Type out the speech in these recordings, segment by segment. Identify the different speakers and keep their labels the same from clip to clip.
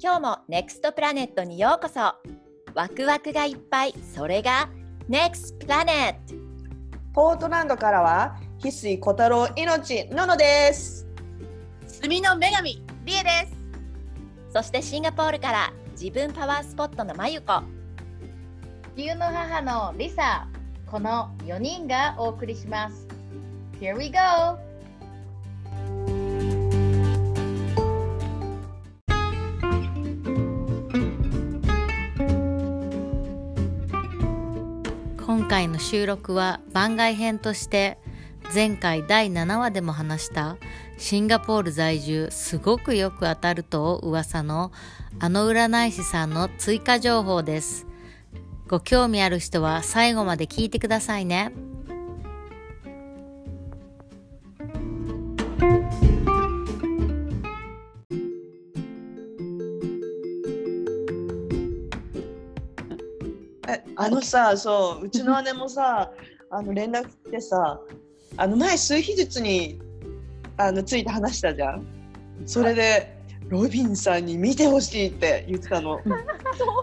Speaker 1: 今日も NEXT プラネットにようこそワクワクがいっぱいそれが NEXT プラネット
Speaker 2: ポートランドからは翡翠小太郎命ののです
Speaker 3: 墨の女神リエです
Speaker 1: そしてシンガポールから自分パワースポットのまゆこ
Speaker 4: 地球の母のリサこの4人がお送りします Here we go!
Speaker 5: 今回の収録は番外編として前回第7話でも話したシンガポール在住すごくよく当たると噂のあの占い師さんの追加情報ですご興味ある人は最後まで聞いてくださいね
Speaker 2: えあのさそううちの姉も さあの連絡来てさあの前数日術にあのついて話したじゃんそれでロビンさんに見てほしいって言ってたの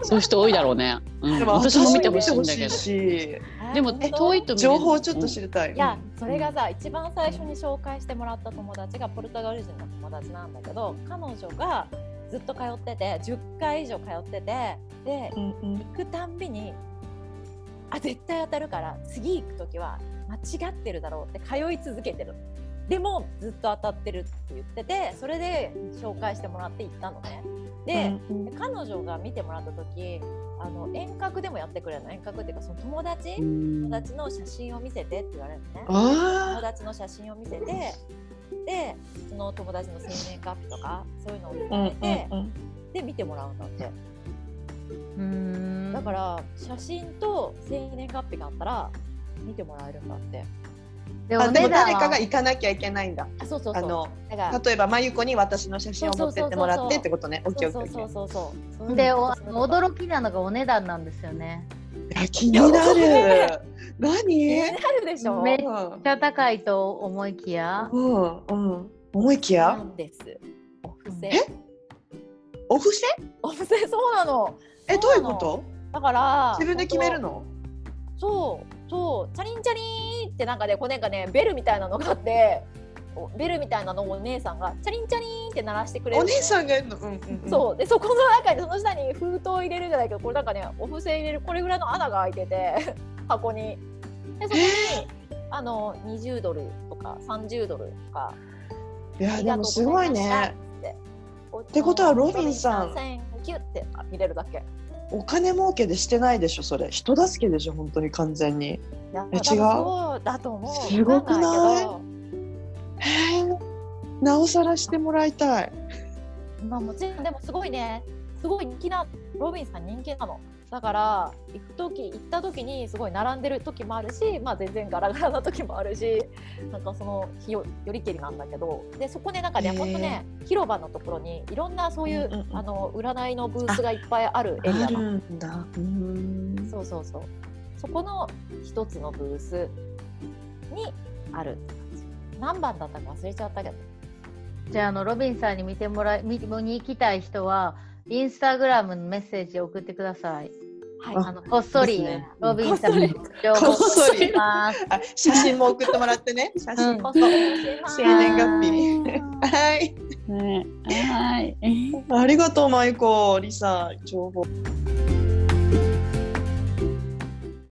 Speaker 6: そういう人多いだろうね。うん、
Speaker 2: でも
Speaker 6: 私も見てほしいん
Speaker 2: 私も
Speaker 6: だ
Speaker 2: 見て
Speaker 6: け
Speaker 2: ほ
Speaker 6: ど。
Speaker 2: しい
Speaker 6: でも
Speaker 7: え
Speaker 6: 遠いと見れる
Speaker 2: 情報をちょっと知りたい、
Speaker 7: いやそれがさ一番最初に紹介してもらった友達がポルトガル人の友達なんだけど彼女がずっと通ってて10回以上通っててで
Speaker 2: うんうん
Speaker 7: 行くたんびにあ絶対当たるから次行く時は間違ってるだろうって通い続けてるでもずっと当たってるって言っててそれで紹介してもらって行ったのねで、
Speaker 2: うんうん
Speaker 7: で彼女が見てもらった時あの遠隔でもやってくれるの遠隔っていうかその友達
Speaker 6: う
Speaker 7: 友
Speaker 6: ん
Speaker 7: 達の写真を見せてって言われるのね友
Speaker 2: あ
Speaker 7: 達の写真を見せてでその友達の生年月日とかそういうのを見
Speaker 2: ーうんうん
Speaker 7: せて、
Speaker 2: うん
Speaker 7: で見てもらうんだってだから写真と生年月日があったら見てもらえるんだって
Speaker 4: で
Speaker 2: あでも誰かが
Speaker 4: い
Speaker 2: 行かなきゃいけないんだ
Speaker 7: あそうそう
Speaker 2: あ
Speaker 7: そう
Speaker 2: の
Speaker 7: だから
Speaker 2: 例えばまゆこに私の写真を持ってってもらってってことねオッケ
Speaker 7: そ
Speaker 2: ー
Speaker 7: う
Speaker 2: オッケー
Speaker 7: そ
Speaker 2: オ
Speaker 7: う
Speaker 2: ッケ
Speaker 7: そ
Speaker 2: ー
Speaker 7: うそうそうそう
Speaker 4: で
Speaker 7: いう
Speaker 4: お
Speaker 7: こと
Speaker 4: あ
Speaker 7: そういう
Speaker 4: の
Speaker 7: こと
Speaker 4: 驚きなのがお値段なんですよね
Speaker 2: いや気になる。
Speaker 7: 気に
Speaker 2: 何？
Speaker 7: なるでしょ
Speaker 4: めっ
Speaker 2: うん
Speaker 4: ちゃ高いと思いきや
Speaker 2: うんうん。思いき
Speaker 7: な
Speaker 2: や
Speaker 7: んですお布施
Speaker 2: えお布施？
Speaker 7: お布施そうなの
Speaker 2: え
Speaker 7: そ
Speaker 2: ど
Speaker 7: う
Speaker 2: う
Speaker 7: ないの
Speaker 2: うこと？
Speaker 7: だから
Speaker 2: 自分で決めるの？
Speaker 7: そうそうチャリンチャリーンってなんかねこうなんかねベルみたいなのがあっておベルみたいなのをお姉さんがチャリンチャリーンって鳴らしてくれる
Speaker 2: お
Speaker 7: の
Speaker 2: 姉
Speaker 7: ね、
Speaker 2: さんがいるの？うんうんうん。
Speaker 7: そうでそこの中にその下に封筒を入れるじゃないけどこれなんかねお布施入れるこれぐらいの穴が開いてて箱にでそこに、あの20ドルとか30ドルとか
Speaker 2: いやでもすごいね。
Speaker 7: って
Speaker 2: ことはロビンさん
Speaker 7: 1000円キュッて入れるだけ
Speaker 2: お金儲けでしてないでしょそれ。人助けでしょ本当に完全に。
Speaker 7: いや
Speaker 2: え違う
Speaker 7: 多分そうだと思う
Speaker 2: すごくない
Speaker 7: わかんけど
Speaker 2: へえ。なおさらしてもらいたい。
Speaker 7: まあもちろんでもすごいねすごい人気なロビンさん人気なのだから行く時行った時にすごい並んでる時もあるし、まあ、全然ガラガラな時もあるしなんかその日よよりけりなんだけどでそこでなんかね
Speaker 2: へー
Speaker 7: ほんとね広場のところにいろんなそういう,、
Speaker 2: うんうんうん
Speaker 7: あの占いのブースがいっぱいあるエリア
Speaker 2: あ
Speaker 7: なの
Speaker 2: るんだ。うーん。
Speaker 7: そうそうそうそこの一つのブースにある何番だったか忘れちゃったけど
Speaker 4: じゃああのロビンさんに見てもらい見に行きたい人はインスタグラムのメッセージを送ってください
Speaker 7: はい
Speaker 4: あのこっそ
Speaker 2: で
Speaker 4: り、
Speaker 2: すね
Speaker 4: ロビンさんの情報を
Speaker 2: こっそり
Speaker 4: 送ります
Speaker 2: あ写真も送ってもらってね。写真。
Speaker 4: うん
Speaker 7: こっそり
Speaker 2: 生年月日。はい。
Speaker 6: ねはい。
Speaker 2: ありがとう、まゆこ、りさ、情報。